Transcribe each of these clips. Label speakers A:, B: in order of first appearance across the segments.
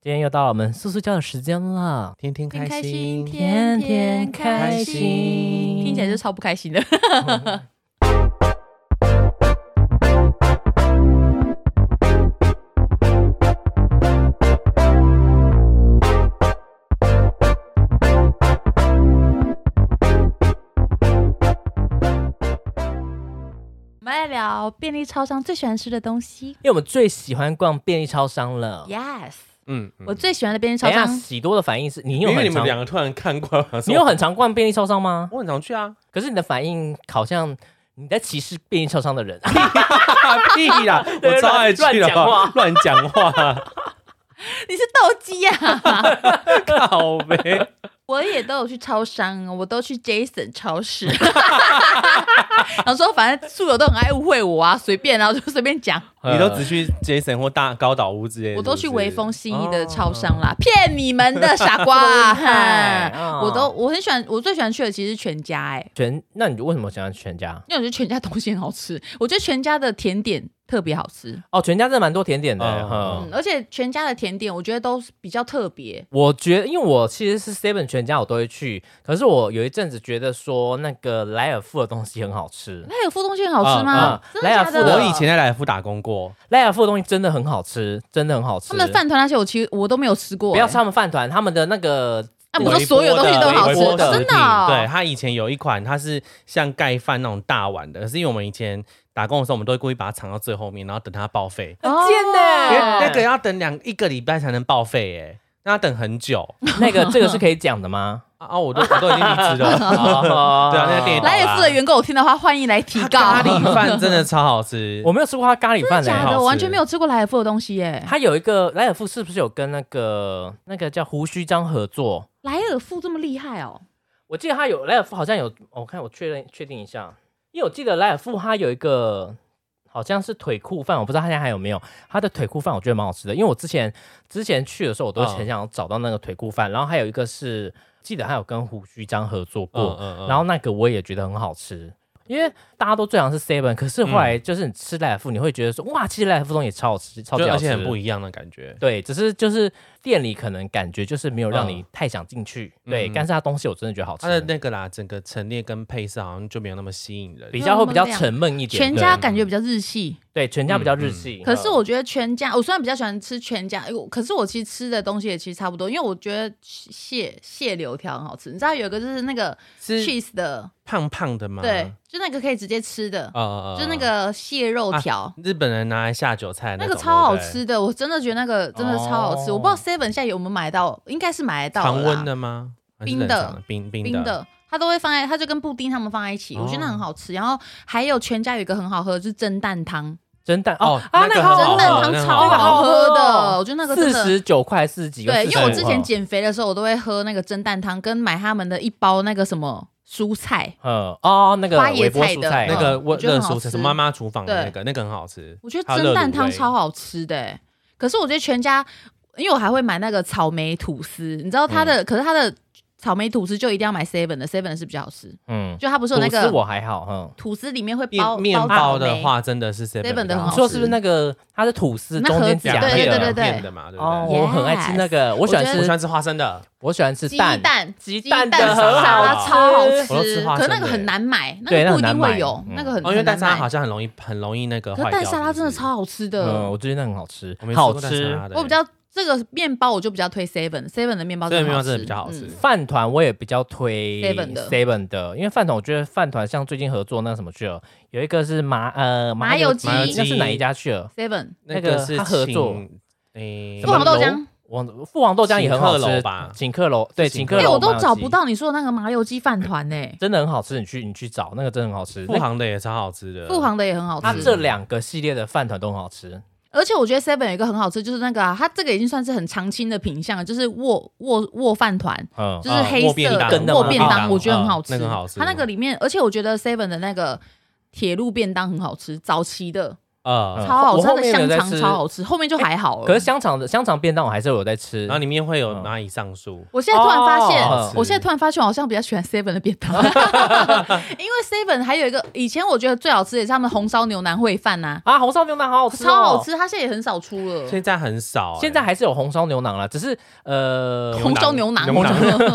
A: 今天又到了我们素素教的时间了，
B: 天天开心，
A: 天天开心，
C: 听起来就超不开心的。 我们来聊便利超商最喜欢吃的东西。
A: 因为我们最喜欢逛便利超商了。
C: Yes，
B: 嗯，嗯
C: 我最喜欢的便利
A: 等
C: 超
A: 一下，
C: 商，
A: 喜多的反应是你有
B: 因为
A: 很
B: 你们
A: 常，
B: 两个突然看过来，我想说
A: 你有很常逛便利超商吗？
B: 我很常去啊，
A: 可是你的反应好像你在歧视便利超商的 人。
B: 屁啦，我超爱去
A: 乱
B: 的
A: 讲话，
B: 乱讲话，
C: 你是斗鸡呀？
B: 靠呗，
C: 我也都有去超商，哦我都去 Jason 超市。然后说，反正宿友都很爱误会我啊，随便，然后就随便讲。
B: 你都只去 Jason 或大高岛屋之类的，
C: 我都去
B: 是不是
C: 微风新一的超商啦，骗你们的傻瓜
A: 哦 这么厉害
C: 啊！
A: 哦
C: 我都我很喜欢，我最喜欢去的其实是全家哎、
A: 全，那你为什么喜欢全家？
C: 因为我觉得全家东西很好吃，我觉得全家的甜点特别好吃，
A: 哦，全家真的蛮多甜点的。
B: 嗯
A: 嗯
C: 嗯，而且全家的甜点我觉得都是比较特别，
A: 我觉得，因为我其实是 Seven 全家我都会去，可是我有一阵子觉得说那个莱尔富的东西很好吃，
C: 它有副东西很好吃吗？
A: 嗯嗯
C: 真的假的？
A: 莱尔
B: 我
A: 富
B: 以前在来福打 工过，
A: 莱尔富的东西真的很好吃，真的很好吃。
C: 他们的饭团那些我其实我都没有吃过、
A: 不要吃
C: 欸，
A: 他们饭团，他们的那个
C: 那啊不是所有东西都好吃，
A: 微波的
C: 哦真的哦、
B: 对，它以前有一款，它是像盖饭那种大碗的，可是因为我们以前打工的时候，我们都会故意把它藏到最后面，然后等它报废，
C: 哦
A: 贱
B: 因
A: 欸
B: 为
A: 哦
B: 那个要等两一个礼拜才能报废，哎，那要等很 久
A: 那个这个是可以讲的 吗？哦
B: 啊！我都我都已经离职了。
A: 对
B: 对啊那个店
C: 莱尔富的员工，我听的话欢迎来提
B: 它
C: 告。
B: 咖喱饭真的超好吃，
A: 我没有吃过他咖喱饭
C: 真的
A: 嘞。
C: 假
B: 好
C: 的？
B: 吃
C: 我完全没有吃过莱尔富的东西耶、
A: 他有一个莱尔富是不是有跟那个那个叫胡须章合作？
C: 莱尔富这么厉害哦、
A: 我记得他有莱尔富好像有，哦我看我确认确定一下，因为我记得莱尔富他有一个好像是腿裤饭，我不知道他现在还有没有。他的腿裤饭我觉得蛮好吃的，因为我之前之前去的时候，我都
B: 嗯
A: 很想要找到那个腿裤饭。然后还有一个是记得他有跟胡须章合作过，
B: 嗯嗯嗯
A: 然后那个我也觉得很好吃，因为大家都最常是 seven，可是后来
B: 嗯
A: 就是你吃莱尔富，你会觉得说哇，其实莱尔富东西也超好吃，超级
B: 就
A: 好
B: 而
A: 吃，
B: 且很不一样的感觉。
A: 对，只是就是店里可能感觉就是没有让你
B: 嗯
A: 太想进去，对，
B: 嗯
A: 但是它东西我真的觉得好吃
B: 它，的那个啦，整个陈列跟配色好像就没有那么吸引人。
A: 比较会比较沉闷一点。
C: 嗯全家感觉比较日系，
A: 对对全家比较日
B: 嗯
A: 系，
C: 可是我觉得全家，我虽然比较喜欢吃全家，哎我可是我其实吃的东西也其实差不多，因为我觉得蟹蟹柳条很好吃。你知道有一个就是那个
B: 是
C: cheese 的，
B: 胖胖的吗？
C: 对，就那个可以直接吃的，
B: 啊啊
C: 就那个蟹肉条，
B: 日本人拿来下酒菜
C: 啊那
B: 种
C: 个超好
B: 对不对
C: 吃的，我真的觉得那个真的超好吃。
A: 哦
C: 我不知道 Seven 现在有没有买到，应该是买得到
B: 常
C: 了啦
B: 温的吗？还是
C: 冰的
B: 冷藏冰冰
C: 冰的，它都会放在，它就跟布丁他们放在一起，
B: 哦
C: 我觉得那很好吃。然后还有全家有一个很好喝，就是蒸蛋汤，
A: 蒸蛋哦
B: 哦
A: 啊，
B: 那个
A: 个
B: 好
A: 好
C: 蒸
B: 好
C: 蛋
A: 喝
B: 喝
C: 汤
B: 那个
C: 超
B: 好哦喝
C: 好喝的，我觉得那个真
A: 四
C: 的
A: 十九嗯块四十几，
C: 对，因为我
B: 哦
C: 之前
A: 捡，
C: 减肥的时候，我都会喝那个蒸蛋汤，跟买他们的一包那个什么蔬菜，
A: 嗯哦那个
C: 花椰
A: 微波
C: 菜
A: 蔬
C: 的
A: 菜
B: 那个
C: 嗯
B: 我
C: 我觉得
B: 热
C: 很好
B: 熟菜
C: 吃
B: 是妈妈厨房的那个，那个很好吃。
C: 我觉得
B: 还有
C: 蒸
B: 热
C: 蛋
B: 卤
C: 汤
B: 味
C: 超好吃的、欸。可是我觉得全家，因为我还会买那个草莓吐司，你知道它
B: 嗯
C: 的，可是它的草莓吐司就一定要买 seven 的，seven 的是比较好吃，
A: 嗯，
C: 就它不是有那
A: 吐司
C: 个
A: 我还好，嗯。
C: 吐司里面会包
B: 面面包
C: 包草
B: 的
C: 莓，
B: 话，真的是 seven
C: 的很
A: 你
C: 好
A: 说
C: 吃
A: 是不是那个它是吐司
C: 那
A: 中
C: 盒
A: 间
C: 子
A: 夹
B: 两
C: 对
A: 片
C: 对
B: 片
C: 对
A: 的
C: 对对
B: 两片的嘛，对不
A: 哦，
B: 对？
A: 我很爱吃那个，我喜欢
C: 我觉
A: 吃
C: 得
B: 我喜欢吃花生
C: 哦
B: 的，
A: 我喜欢吃
C: 鸡
A: 蛋
C: 蛋。
A: 鸡
C: 鸡
A: 蛋
C: 蛋
A: 的
C: 沙
A: 很
C: 拉
A: 好吃，
C: 超好
B: 我都吃
C: 吃，
B: 花
C: 可
B: 生
C: 那个
B: 的
C: 很难买，
A: 对
C: 那
A: 那
C: 个不
A: 很
C: 一
A: 难
C: 定
A: 买
C: 会有，
A: 嗯
C: 那个很
B: 哦，因为
C: 很
B: 蛋
C: 难
B: 沙拉好
C: 买。
B: 像很容易很容易那个
C: 可是
B: 坏掉。
C: 蛋沙拉
B: 是
C: 真
B: 不
C: 的
B: 是
C: 超好吃
A: 嗯，
C: 的
A: 我，觉得那很好吃
B: 我没，吃
A: 好
B: 过蛋沙
A: 吃。
B: 拉的欸
C: 我比较这个面包，我就比较推 seven seven 的面包
B: seven
C: 真的
B: 面
C: 好
B: 包
C: 吃，
B: 真的比较好吃
C: 嗯
A: 饭团我也比较推
C: Seven 的
A: Seven 的，因为饭团我觉得饭团像最近合作那个什么去了，有一个是麻呃
C: 麻油鸡
A: 麻油那是哪一家去了？
C: seven
B: 那
A: 那个
B: 是
A: 它合作
B: 请，诶
A: 什
C: 富
A: 么
C: 航豆
A: 楼
C: 浆，
A: 我父王豆浆也很好
B: 请客
A: 吃
B: 楼吧
A: 锦客楼对
B: 是
A: 锦
B: 请
A: 客
B: 客
C: 哎、
A: 楼，
C: 我都找不，到你说的那个麻油鸡饭团哎呢。
A: 真的很好吃，你去你去找那个真的很好吃。
B: 富航的也超好吃的，
C: 富航的也很好
A: 那它
C: 吃，
A: 这两个系列的饭团都很好吃，
C: 而且我觉得 seven 有一个很好吃，就是那个、啊、它这个已经算是很常青的品相了，就是握握握饭团。
A: 嗯
C: 就，
B: 啊
C: 是黑
B: 握
C: 色
B: 便当
A: 跟的
C: 握
A: 嘛
C: 便
A: 便
C: 当，
B: 当
C: 我觉得很
B: 嗯
C: 好吃。
B: 那个很好吃
C: 它那个里面，而且我觉得 Seven 的那个铁路便当很好吃，早期的
A: 嗯
B: 呃，
C: 超好吃，
A: 我
C: 它
A: 后
C: 的
A: 面有
C: 香
A: 在
C: 肠
A: 吃
C: 超好吃，后面就还好了。
A: 可是香肠的香肠便当我还是有在吃
B: 然，后里面会
A: 嗯
B: 有蚂蚁上树，
C: 我现在突然发现，
A: 哦
C: 我现在突然发现，我好像比较喜欢 Seven 的便 当，因为 Seven 还有一个以前我觉得最好吃也是他们红烧牛腩烩饭呐、
A: 啊，红烧牛腩好好吃、哦，
C: 超好。吃，它现在也很少出了。
B: 现在很少欸、
A: 嗯现在还是有红烧牛腩啦，只是呃，
C: 红烧牛腩，
B: 牛
C: 红
B: 腩
C: 烧牛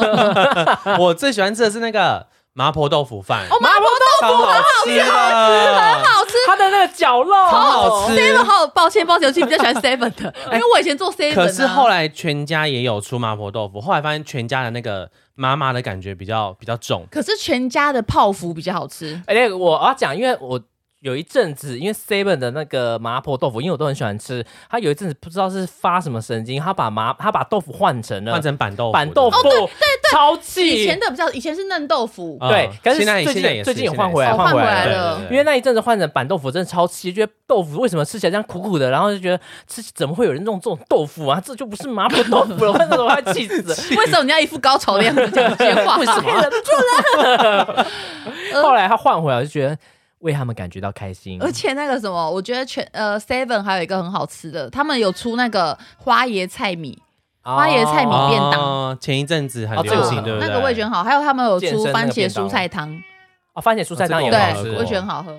C: 腩
B: 我最喜欢吃的是那个麻婆豆腐饭，
C: 哦，麻婆
B: 超好吃的，
C: 好吃。
A: 它的那个绞肉
B: 超好吃。
C: Seven 好，抱歉抱歉，我其实比较喜欢 Seven 的，因为我以前做 Seven，、啊、
B: 哎可是后来全家也有出麻婆豆腐，后来发现全家的那个妈妈的感觉比较比较重。
C: 可是全家的泡芙比较好吃，
A: 而且哎我要讲，因为我有一阵子，因为 Seven 的那个麻婆豆腐，因为我都很喜欢吃，他有一阵子不知道是发什么神经，他把麻他把豆腐换成了
B: 换成板豆腐，
A: 嗯板
C: 哦
A: 豆腐，对对对，超
C: 以
A: 气。
C: 前的比较，以前是嫩豆腐，
B: 嗯
A: 对可是
B: 现在
A: 最近
B: 现在也是
A: 最近有
B: 现在
A: 换回来
B: 也是
C: 哦换回来
B: 对对
C: 了
B: 对对
A: 因为那一阵子换成板豆腐，真的超气，觉得豆腐为什么吃起来这样苦苦的，然后就觉得吃怎么会有人弄这种豆腐啊？这就不是麻婆豆腐了，我那时候快气 死了。
C: 为什么你要一副高潮的样子讲这些 话？为什么？
A: 后来他换回来，我就觉得为他们感觉到开心。
C: 而且那个什么，我觉得全呃 Seven 还有一个很好吃的，他们有出那个花椰菜米，花椰菜米便当
B: 哦前一阵子很
A: 哦
B: 流
A: 这个
B: 行，对不对？
C: 那个我也觉得很好，还有他们有
A: 健身
C: 出
A: 那个
C: 番茄
A: 便当
C: 蔬菜汤，
A: 哦，番茄蔬菜汤也
B: 哦
A: 很
B: 这
A: 好
B: 个
A: 吃
C: 对，
B: 吃呃
C: 我觉得很好喝。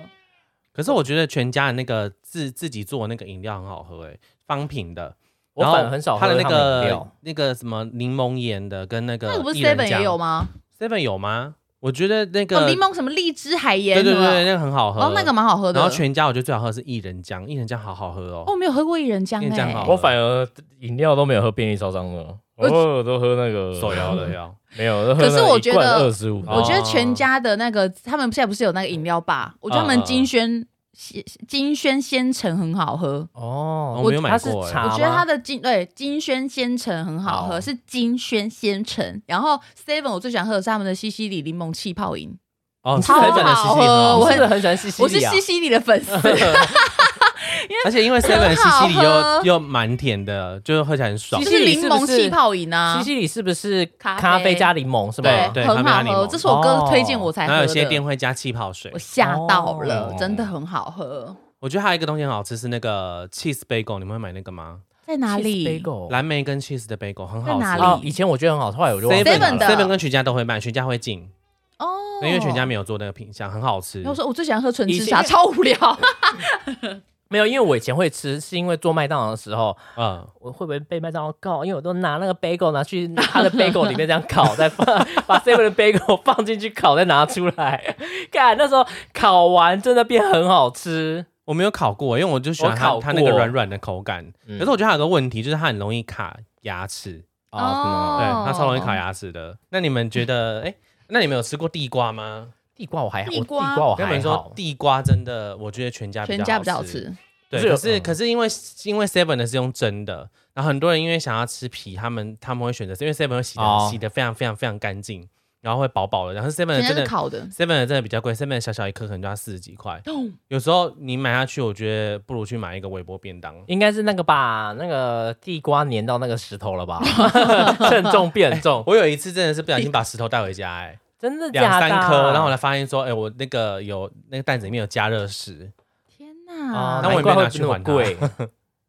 B: 可是我觉得全家的那个自自己做的那个饮料很好喝、欸，方瓶的。
A: 我
B: 然后
A: 反而很少喝
B: 它的那
A: 他们饮
B: 个
A: 料
B: 那个什么柠檬盐的，跟那个
C: 那个不是
B: 薏仁
C: Seven
B: 浆
C: 也有吗？
B: ？Seven 有吗？我觉得那
C: 哦，
B: 个
C: 柠檬什么荔枝海盐
B: 对对
C: 什
B: 对，
C: 么
B: 对那个很好喝。
C: 哦，那个蛮好喝的。
B: 然后全家我觉得最好喝的是薏仁浆，薏仁浆好好喝
C: 哦，
B: 哦。
C: 没有喝过薏仁浆
B: 薏仁浆好
C: 哎，
A: 我反而饮料都没有喝便利超商的，我偶尔都喝那个
B: 手摇的，要
A: 没有。都喝
C: 可是我觉得
A: 二十五，
C: 我觉得全家的那个他们现在不是有那个饮料吧？我觉得他
B: 啊
C: 们金萱金萱鲜橙很好喝。
A: 哦
B: 我没有
A: 它
B: 买过
A: 是
B: 欸
A: 茶
C: 我
A: 吗
C: 觉得它的金对金萱鲜橙很好喝，
B: 好
C: 是金萱鲜橙。然后 Seven 我最喜欢喝的是他们的西西里柠檬气泡饮，
B: 哦，
C: 超
B: 日本的西
C: 好
B: 哦西里
C: 喝
B: 很
A: 我
B: 好
C: 我
A: 真
B: 吃
A: 的很喜欢西西
C: 我是
A: 里啊
C: 西。西里的粉丝。
B: 而且因为 Seven
C: 很
B: 西
C: 好
B: 西里又
C: 喝
B: 又蛮甜的，就是喝起来很爽
A: 西西。
C: 就是
A: 里
C: 柠
A: 是不
C: 檬
A: 是
C: 气泡饮啊
A: 西，西里是不是
C: 咖啡
A: 咖啡加柠檬是
B: 对
A: 吗？
B: 对
C: 很好
B: 他们有柠
C: 喝。
B: 檬
C: 这是我哥推荐我才
B: 然
C: 喝
B: 后
C: 的，
B: 有些店会加气泡水
C: 我。吓到了
B: 哦，
C: 真的很好喝。
B: 我觉得还有一个东西很好吃是那个 cheese bagel，你们会买那个吗？
C: 在哪里
A: Cheese bagel
B: 蓝莓跟 cheese 的 bagel 很
C: 在
B: 好吃。
C: 哪里
A: 哦，以前我觉得很好，后来我就忘记
C: Seven
A: 了
C: 的。
B: seven 跟全家都会卖，全家会进，
C: 哦
B: 因为全家。没有做那个品相，很好吃
C: 然后。我说我最喜欢喝纯
A: 以
C: 吃
A: 前
C: 茶，超无聊。
A: 没有，因为我以前会吃，是因为做麦当劳的时候，
B: 嗯，
A: 我会不会被麦当劳告？因为我都拿那个 bagel 拿去他的 bagel 里面这样 烤，再放把 seven 的 bagel 放进去烤，再拿出来。干那时候烤完真的变很好吃。
B: 我没有烤过，因为我就喜欢
A: 我
B: 它
A: 烤过
B: 它那个软软的口感。
A: 嗯
B: 可是我觉得它有个问题，就是它很容易卡牙齿，
C: 哦
B: 对，它超容易卡牙齿的。那你们觉得，哎，那你们有吃过地瓜吗？
A: 地瓜我还好，
C: 地
A: 我
C: 瓜
A: 地瓜我
B: 跟你
A: 还
B: 们说
A: 好，。
B: 地瓜真的，我觉得全家
C: 全家比较好吃，
B: 对，
A: 是
B: 可是、
A: 嗯
B: 可是因为因为 Seven 的是用蒸的，然后很多人因为想要吃皮，他们他们会选择，因为 Seven 会洗的、
A: 哦
B: 洗的非常非常非常干净，然后会薄薄的，然后 Seven
C: 全
B: 的
C: 家
B: 真
C: 是
B: 的。
C: 烤的。
B: seven 的真的比较贵，seven 的小小一颗可能就要四十几块。有时候你买下去，我觉得不如去买一个微波便当。
A: 应该是那个吧，那个地瓜粘到那个石头了吧， 称重变重，
B: 我有一次真的是不小心把石头带回家、 哎，
A: 真的假
B: 两
A: 的？啊
B: 三颗，然后我才发现说，哎、我那个有那个袋子里面有加热食。
C: 天
A: 啊，
C: 哪！
B: 那我也
A: 难
B: 没
A: 怪会
B: 拿去
A: 那么
B: 还它
A: 贵。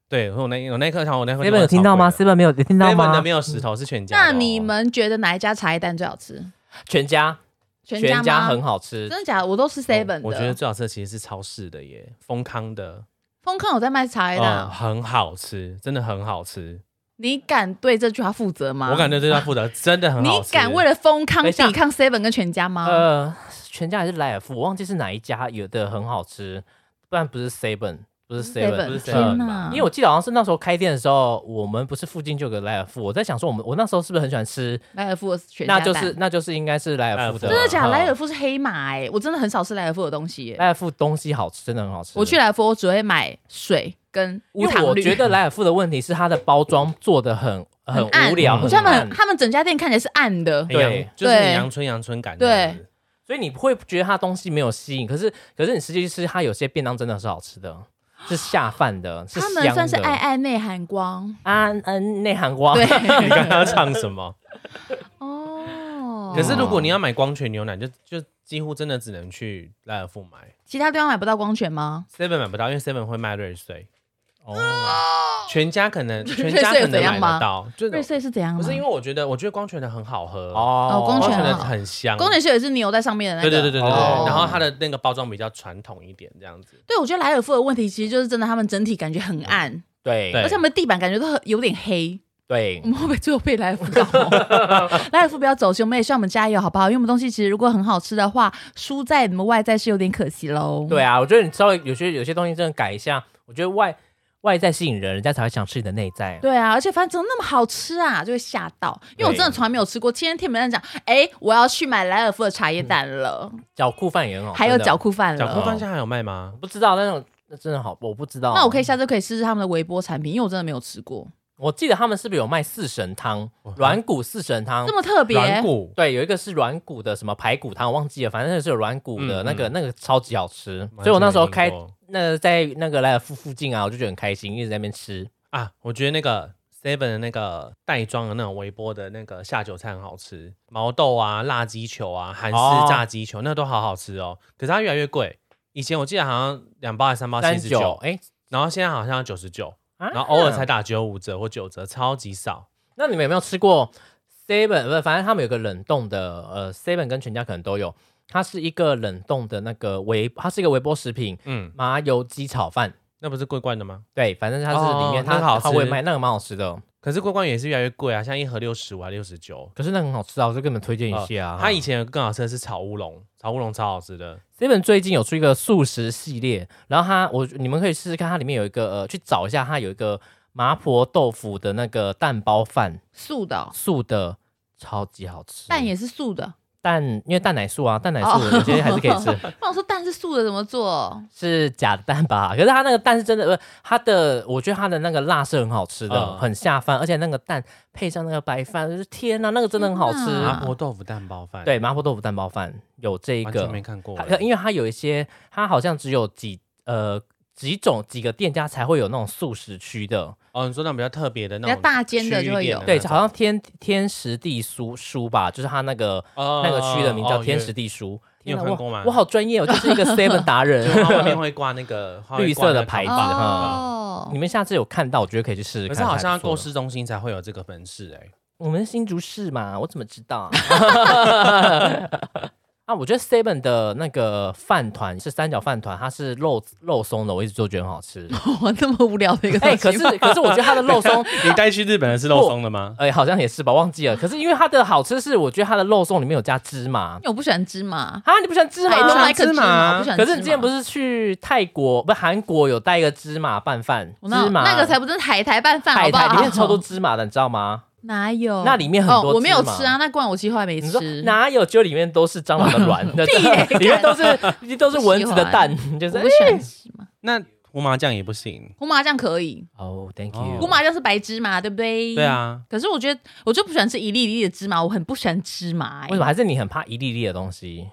B: 对，我那我那颗，像我那颗。
A: seven 有听到吗？seven 没有有听到
B: ？seven 的
A: 吗
B: 没？有石头，是全家的哦、
C: 那你们觉得哪一家茶叶蛋最好吃？
A: 全家
C: 全
A: 全
C: 吗？
A: 很好吃
C: 真，的假的？我都吃 Seven 的。
B: 哦我觉得最好吃的其实是超市的耶，丰康的，
C: 丰康有在卖茶叶蛋
B: 嗯，
C: 啊，
B: 很好吃，真的很好吃。
C: 你敢对这句话负责吗？
B: 我感觉对他负责真的很
C: 啊你
B: 好吃。
C: 敢为了丰康
A: 等一下
C: 抵抗 Seven 跟全家吗？
A: 呃，全家还是莱尔富，我忘记是哪一家，有的很好吃，不然不是 seven，不
C: 嗯
A: 是 seven，
B: 不是 Seven
C: 天
B: 吧
C: 哪！
A: 因为我记得好像是那时候开店的时候，我们不是附近就有个莱尔富，我在想说我们我那时候是不是很喜欢吃，
C: 莱尔富的全家
A: 那
C: 蛋
A: 就是那就是应该是莱尔富的
C: 真
B: 莱尔
C: 的
B: 富
C: 假的？
B: 嗯
C: 莱尔富是黑马哎，我真的很少吃莱尔富的东西耶。
A: 莱尔富东西好吃，真的很好吃。
C: 我去莱尔富，我只会买水跟无
A: 因为
C: 糖
A: 我
C: 绿。
A: 觉得莱尔富的问题是它的包装做的很很
C: 暗
A: 无聊，
C: 我觉得他
A: 很
C: 们
A: 暗
C: 他们整家店看起来是暗的
B: 很，阳
A: 对
B: 就是很
C: 对
B: 阳春阳春感这样子。
A: 所以你会觉得它东西没有吸引，可是可是你实际吃它有些便当真的是好吃的，是下饭的，是
C: 他
A: 香的，
C: 们算是爱爱内涵 光。
B: 哦
A: 啊嗯内涵光，
C: 对，
B: 你刚刚要唱什么？
C: 哦，哦
B: 可是如果你要买光泉牛奶，就就几乎真的只能去莱尔富买
C: 其他地方买不到光泉吗？
B: ，Seven 买不到，因为 Seven 会卖瑞穗，
A: 哦，
B: 全家可能 全
C: 瑞
B: 家
C: 穗有
B: 可能
C: 怎样
B: 买
C: 吗
B: 得到，就
C: 瑞穗是怎样
B: 不
C: 吗？
B: 是因为我觉得，我觉得光泉的很好喝
A: 哦
C: 光
B: 光泉
C: 泉
B: 的
C: 好
B: 很香，
C: 光泉是有一只牛在上面的那
B: 对
C: 个。
B: 对对对对对，
A: 哦
B: 然后它的那个包装比较传统一点，这样子。
C: 对，我觉得莱尔富的问题其实就是真的，他们整体感觉很暗，
A: 对
B: 对
C: 而且他们地板感觉都很有点黑。
A: 对
C: 我，们会不会最后被莱尔富搞哦？ 莱尔富不要走心，我们也希望我们加油，好不好？因为我们东西其实如果很好吃的话，输在你们外在是有点可惜喽。
A: 对啊，我觉得你稍微有些有些东西真的改一下，我觉得外外在吸引人，人家才会想吃你的内在。
C: 对啊，而且反正怎么那么好吃啊，就会吓到，因为我
A: 对
C: 真的从来没有吃过。今天听别人讲，哎、我要去买莱尔富的茶叶蛋了，
A: 脚裤饭也很好，
C: 还有
A: 嗯真的
C: 脚裤饭
B: 小
C: 了
B: 锅。饭现在还有卖吗？
A: 不知道那种那真的好，我不知道。
C: 那我可以下次可以试试他们的微波产品，因为我真的没有吃过，
A: 我记得他们是不是有卖四神汤，软骨四神汤
C: 这？么特别。
B: 软骨
A: 对，有一个是软骨的什么排骨汤，我忘记了，反正是有软骨的
B: 嗯
A: 那个，那个超级好吃。
B: 蛮
A: 所以我那时候
B: 久没
A: 开
B: 听过
A: 那在那个莱尔富附近啊，我就觉得很开心，一直在那边吃。
B: 啊，我觉得那个 Seven 的那个袋装的那种微波的那个下酒菜很好吃，毛豆啊、辣鸡球啊、韩
A: 哦
B: 式炸鸡球，那都好好吃哦。可是它越来越贵，以前我记得好像两包还是三包
A: 三
B: 七十
A: 九
B: 九，
A: 哎，
B: 然后现在好像九十九，
A: 啊
B: 然后偶尔才打九五折或九折，超级少。
A: 那你们有没有吃过 Seven？不是，反正他们有个冷冻的，呃，Seven 跟全家可能都有。它是一个冷冻的那个微，它是一个微波食品，
B: 嗯，
A: 麻油鸡炒饭。
B: 那不是桂冠的吗？
A: 对，反正它是里面
B: 哦
A: 它
B: 那个好吃
A: 它会卖那个蛮好吃的，
B: 可是桂冠也是越来越贵啊，像一盒六十五啊、六十九。
A: 可是那个很好吃啊，我就给你们推荐一下啊。
B: 它以前有个更好吃的是炒乌龙，炒乌龙超好吃的。
A: Seven 最近有出一个素食系列，然后它我你们可以试试看，它里面有一个呃，去找一下它有一个麻婆豆腐的那个蛋包饭，
C: 素的哦、
A: 素的超级好吃。
C: 蛋也是素的。
A: 蛋因为蛋奶素啊，蛋奶素
C: 哦
A: 有些还是可以 吃，
C: 我想说蛋是素的怎么做？
A: 是假的蛋吧？ 可是它那个蛋是真的，不，它的我觉得它的那个辣是很好吃的，
B: 嗯
A: 很下饭，而且那个蛋配上那个白饭，就是天呐、那个真的很好吃。
C: 天哪
B: 麻婆豆腐蛋包饭，，
A: 啊对，麻婆豆腐蛋包饭有这一
B: 完
A: 个
B: 全，没看过
A: 它
B: 欸。
A: 因为它有一些，它好像只有几呃几种几个店家才会有那种素食区的，
B: 哦，你说那种比较特别的那
C: 比较
B: 种
C: 大间的就会有
A: 对，
B: 区域店的那种
A: 好像天天时地书书吧，就是它那个、
B: 哦
A: 那个区的名叫
B: 哦
A: 天时地书。
B: 你有
A: 天哪
B: 看过
A: 我
B: 吗
A: 我好专业，哦，就是一 个 seven 达人
B: 就。是它外面会挂 那个它会挂
A: 绿色
B: 那个
A: 的牌子
B: 广告哦
C: 哦
A: 你们下次有看到，我觉得可以去试试
B: 可
A: 看。
B: 是好像
A: 还
B: 要
A: 不错
B: 购市中心才会有这个门市哎，
A: 我们新竹市嘛，我怎么知道啊？ 啊，我觉得 Seven 的那个饭团是三角饭团，它是肉肉松的，我一直都觉得很好吃。
C: 哇，那么无聊的一个
A: 哎、
C: 东西
A: 可
C: 吗。
A: 是可是我觉得它的肉松，
B: 你带去日本的是
A: 肉
B: 肉
A: 松
B: 松的吗？
A: 哎、好像也是吧，忘记了。可是因为它的好吃是，我觉得它的肉松里面有加芝麻
C: 因为我不喜欢芝麻，
A: 啊，你不喜欢芝麻
C: I don't
A: 吗？
C: like 芝麻，我不喜欢芝
A: 可
C: 麻。
A: 是你之前不是去泰国不是韩国有带一个芝麻拌饭，
C: 我那
A: 芝麻
C: 那个才不是海苔拌饭，
A: 海
C: 好不好？
A: 苔里面超多芝麻的，你知道吗？
C: 哪有？
A: 那里面很多
C: 哦，我没有
A: 芝麻
C: 吃啊，那罐我其实后来没
A: 你说
C: 吃。
A: 哪有？就里面都是蟑螂的 卵，
C: 屁
A: 里面都是都是蚊子的蛋，就
C: 我
A: 是哎
C: 不喜欢芝麻，
B: 那胡麻酱也不行。
C: 胡麻酱可以，
A: 哦，thank
B: 哦
A: you，
C: 胡麻酱是白芝麻，对不对？
B: 对。啊，
C: 可是我觉得，我就不喜欢吃一粒一粒的芝麻，我很不喜欢芝麻、哎
A: 为什么？？还是你很怕一粒粒的东西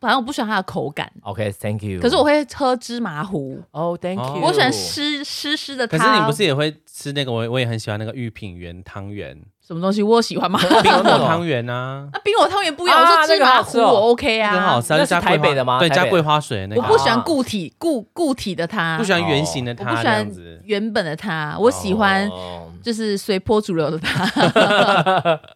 C: 反正我不喜欢它的口
A: 哎
C: 感。
A: ？OK，thank you。
C: 可是我会喝芝麻糊，
A: 哦，thank you，
B: 哦
C: 我喜欢湿湿湿的
B: 可
C: 汤。
B: 是你不是也会吃那个？我我也很喜欢那个玉品园汤圆、
C: 什么东西？我喜欢吗？
B: 冰果
A: 哦
B: 汤圆啊，
C: 啊，冰火汤圆不一样，
A: 啊
C: 我说芝
A: 那
C: 麻糊
A: 个好吃哦
C: 我 OK
B: 很
C: 啊
B: 好，吃啊。
A: 那是
B: 加桂花
A: 台北的吗
B: 对，
A: 台北
B: 加桂花水那
C: 我
B: 个，
C: 不喜欢固体固固体的它，
B: 不喜欢圆形的
C: 我不喜
B: 它这
C: 欢
B: 样子。
C: 原本的它，我喜欢
A: 哦
C: 就是随波逐流 的它。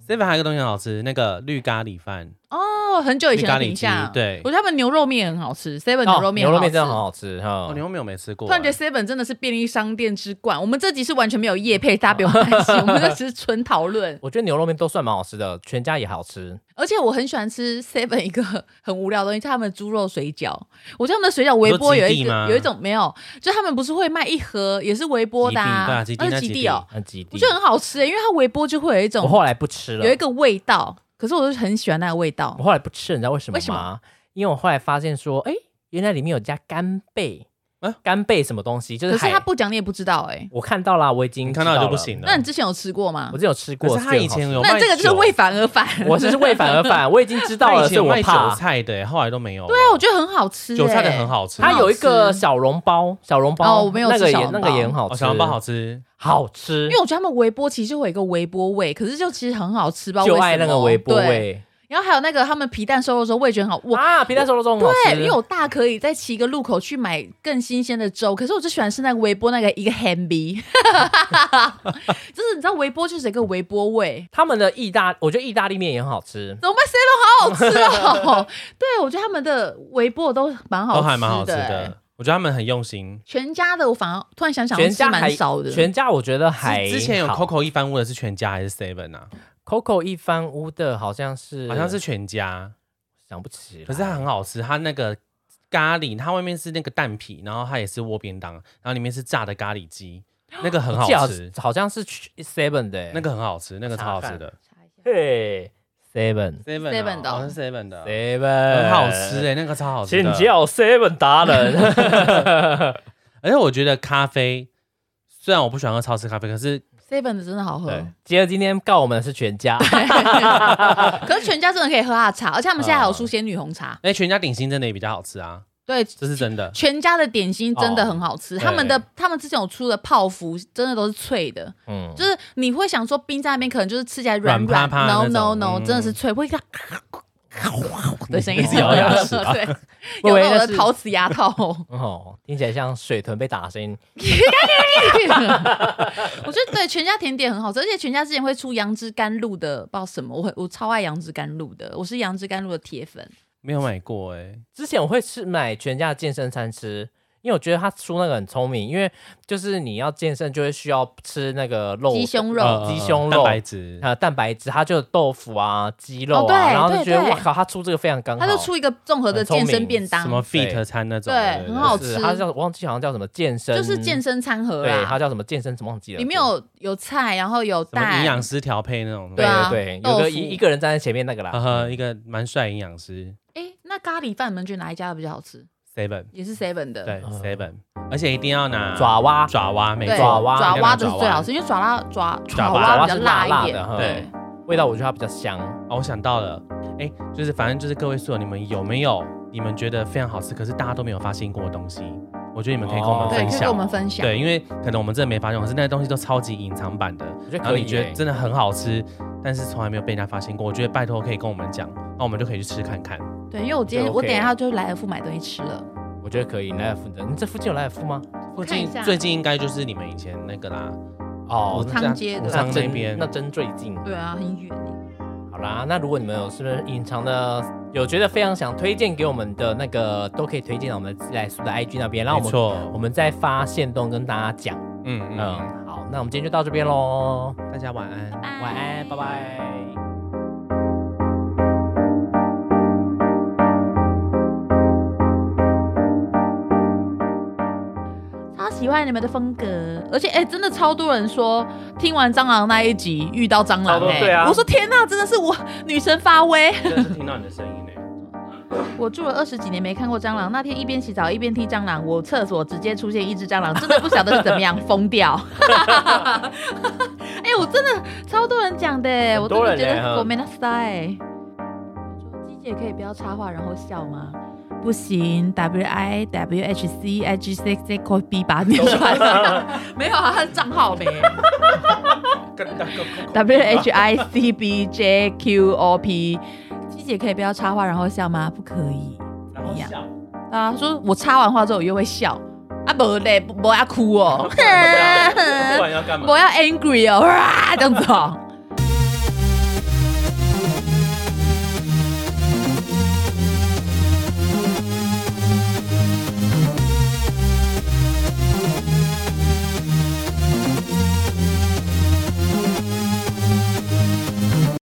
B: Seven 还有一个东西很好吃，那个绿咖喱饭，
C: 哦，很久以前的评价，
B: 绿咖喱鸡对
C: 我觉得他们牛肉面很好吃，Seven 牛肉面
A: 哦牛肉
C: 很好吃、
A: 面真的很好啊吃哈
B: 哦，。你有没有没吃过？
C: 突然觉得 Seven 真的是便利商店之冠。我们这集是完全没有业配，大家不用担心，我们这只是纯讨论。
A: 我觉得牛肉面都算蛮好吃的，全家也好吃。
C: 而且我很喜欢吃 Seven 一个很无聊的东西，就是他们的猪肉水饺。我觉得他们的水饺微波
B: 你
C: 有
B: 说极
C: 一
B: 地
C: 个
B: 吗
C: 有一种没有，就他们不是会卖一盒，也是微波的、啊，
B: 极地
C: 那
B: 对
C: 是
B: 啊极地那
C: 极
B: 极
C: 地哦。
A: 很极地
C: 我觉。得很好吃、欸，因为它微波就会有一
A: 我
C: 种
A: 后来不吃了
C: 有一，个味道，可是我就很喜欢那个味道
A: 我。后来不吃了，你知道为什么
C: 为什
A: 吗
C: 么？
A: 因为我后来发现说，哎，原来里面有加干贝
B: 啊，
A: 干贝什么东西？就
C: 可
A: 是
C: 是他
A: 海，
C: 不讲你也不知道哎、
A: 我看到啦，我已经
B: 你看到
A: 知
B: 就
A: 道
B: 不
A: 了
B: 行了。
C: 那你之前有吃过吗
A: 我？只有吃过，
B: 可是他以前有卖
C: 那这个就是
B: 酒
C: 为反而反。
A: 我只是为反而反，我已经知道
B: 他
A: 了，所
B: 以
A: 以
B: 前
A: 我
B: 卖
A: 怕
B: 韭。菜的，后来都没有。
C: 对啊，我觉得很好吃、欸。
B: 韭菜的很。好吃，
A: 它有一
C: 很
A: 个
C: 好吃
A: 小笼包，小笼包
C: 哦我没有吃
A: 那个
C: 小
A: 也
C: 笼
A: 那
C: 包
A: 个也很好
B: 哦
A: 吃，
B: 小笼包好吃，
A: 好吃
C: 因为，我觉得他们微波其实会有一个微波味，可是就其实很好吃，不知道
A: 就
C: 为什么
A: 爱那个微波。
C: 对
A: 味。
C: 然后还有那个他们皮蛋瘦肉粥，我也觉得很好，我
A: 啊，皮蛋瘦肉粥很好
C: 对，
A: 吃
C: 因为我大可以再骑一个路口去买更新鲜的粥，可是我最喜欢是那个微波那个一个 hamby，就是你知道微波就是有一个微波味，
A: 他们的意大，我觉得意大利面也很好吃。
C: 怎么办 seven 好好吃哦？ 对，我觉得他们的微波都蛮好吃的，
B: 都哦还蛮好吃
C: 欸
B: 的。我觉得他们很用心。
C: 全家的我反而突然想想，
A: 全家
C: 是
A: 还
C: 蛮少的。
A: 全家我觉得还
B: 之之前有
A: 好
B: Coco 一番屋的是全家还是 Seven 啊？
A: Coco 一番屋的，好像是
B: 好像是全家，
A: 想不起来，
B: 可是它很好吃。它那个咖喱，它外面是那个蛋皮，然后它也是窝便当，然后里面是炸的咖喱鸡，那个很好
A: 记
B: 吃，
A: 好像是 Seven 的欸
B: 那个很好吃，那个超好吃的。
A: 嘿 Seven
B: Seven
C: Seven 的哦
B: 是 Seven 的，
A: Seven
B: 很好吃，哎，那个超好吃
A: 请
B: 的。
A: 叫 Seven 达人。
B: 而且我觉得咖啡，虽然我不喜欢喝超市咖啡，可是
C: seven 的真的好喝，
B: 对
A: 接着今天告我们的是全 家，
C: 可是全家真的可以喝他的茶，而且他们现在
B: 哦
C: 还有出仙女红茶。
B: 哎，全家点心真的也比较好吃啊，
C: 对，
B: 这是真的。
C: 全家的点心真的很好吃，
B: 哦
C: 他们的他们之前有出的泡芙真的都是脆的，
A: 嗯，
C: 就是你会想说冰在那边可能就是吃起来软
B: 软
C: 软
B: 趴趴的
C: n o
B: 那
C: no
B: 种
C: no，
B: 嗯
C: 真的是脆，会咔的声音
B: 你是咬牙齿吧
C: 对，
A: 我以
C: 有
A: 为
C: 那
A: 那
C: 种
A: 是
C: 的陶瓷牙套。
A: 哦，听起来像水豚被打的声音。
C: 我觉得对全家甜点很好吃，而且全家之前会出杨枝甘露的，不知道什么，我很我超爱杨枝甘露的，我是杨枝甘露的铁粉。
B: 没有买过哎，
A: 之前我会吃买全家的健身餐吃，因为我觉得他出那个很聪明，因为就是你要健身就会需要吃那个肉，
C: 鸡胸肉
B: 呃
A: 鸡胸
B: 蛋
A: 肉。
B: 白质，
A: 呃，蛋白质，它就有豆腐啊、鸡肉啊，
C: 哦对
A: 然后就
C: 对
A: 觉得
C: 对
A: 哇靠，他出这个非常刚好，
C: 他就出一个综合的
A: 很聪明
C: 健身便
B: 什么
C: 当，
B: fit 餐那种，
C: 对很好
A: 是
C: 吃
A: 它叫我忘记好像叫什么健身，
C: 就是健身餐盒
A: 对，它
C: 啦，
A: 叫什么健身，什么忘记了，
C: 里面有有菜，然后有
B: 什么
C: 蛋，
B: 营养师调配那种，
A: 对
C: 对啊
A: 对，对
C: 豆
A: 有
C: 腐
A: 个一一个人站在前面那个啦
B: 呵，呵，一个蛮帅营养师
C: 哎，那咖喱饭你们觉得哪一家的比较好吃？
B: seven，
C: 也是 Seven 的，
B: 对
A: 嗯
B: seven，而且一定要拿
A: 爪哇，
B: 啊爪哇，没
C: 对，
A: 爪
B: 错，
A: 蛙
C: 爪蛙的
B: 一
C: 是
B: 定要拿
C: 最好吃，因为爪蛙爪爪
B: 蛙
C: 蛙
A: 哇
C: 比较
A: 是
C: 辣
A: 辣
C: 一
A: 的
C: 点，
A: 哈，
B: 对，
A: 味道我觉得它比较香，
B: 哦，我想到了，哎，就是反正就是各位室友，你们有没有你们觉得非常好吃，可是大家都没有发现过的东西？我觉得你们可以跟我们
A: 哦
C: 对，
B: 分
C: 可以跟我
B: 享。
C: 们分享。
B: 对，因为可能我们真的没发现，可是那些东西都超级隐藏版的，
A: 我觉得
B: 然后
A: 可
B: 你
A: 以
B: 觉得
A: 耶，
B: 真的很好吃，但是从来没有被人家发现过。我觉得拜托可以跟我们讲，那我们就可以去吃看看。
C: 对，因为我今
A: 对
C: 天
A: ，OK
C: 我等一下就来尔夫买东西吃了，
A: 我觉得可以，莱尔夫的，你这附近有莱尔夫吗？
B: 附
C: 看一
B: 近
C: 下
B: 最近应该就是你们以前那个啦，
A: 哦
B: 武
C: 昌
B: 藏
C: 街的
B: 武
A: 那
B: 昌那边
A: 真那真最近。
C: 对啊，很远耶。
A: 好啦，那如果你们有是不是隐藏的，有觉得非常想推荐给我们的那个，都可以推荐到我们的自来苏的 IG 那边，让我
B: 没
A: 们我
B: 错，
A: 们再发现动跟大家讲。
B: 嗯嗯嗯，
A: 嗯，好，那我们今天就到这边喽，
B: 大家晚安。
A: 晚安，拜拜。
C: 超喜欢你们的风格，而且哎、真的超多人说听完蟑螂那一集遇到蟑
B: 超
C: 螂
B: 多
C: 哎、
B: 对啊
C: 我说天呐、真的是我女神发威。
B: 真的是听到你的声音呢。
C: 我住了二十几年没看过蟑螂，那天一边洗澡一边踢蟑螂，我厕所直接出现一只蟑螂，真的不晓得是怎么 样疯掉。哎、我真的超多人讲的、哎
A: 很
C: 我真
A: 多人
C: 的觉
A: 哎
C: 得我没那 style。说鸡姐可以不要插话然后笑吗？不行，W I W H C I G C C C B 把它念出来， 没有啊，他的账号没。W H I C B J Q O P，鸡姐可以不要插话然后笑吗？不可以。
B: 然后笑，
C: 啊，说我插完话之后我又会笑，啊不嘞， 不不要哭哦，
B: 不然要干 嘛
C: 不？要 angry 哦，啊这样子哦。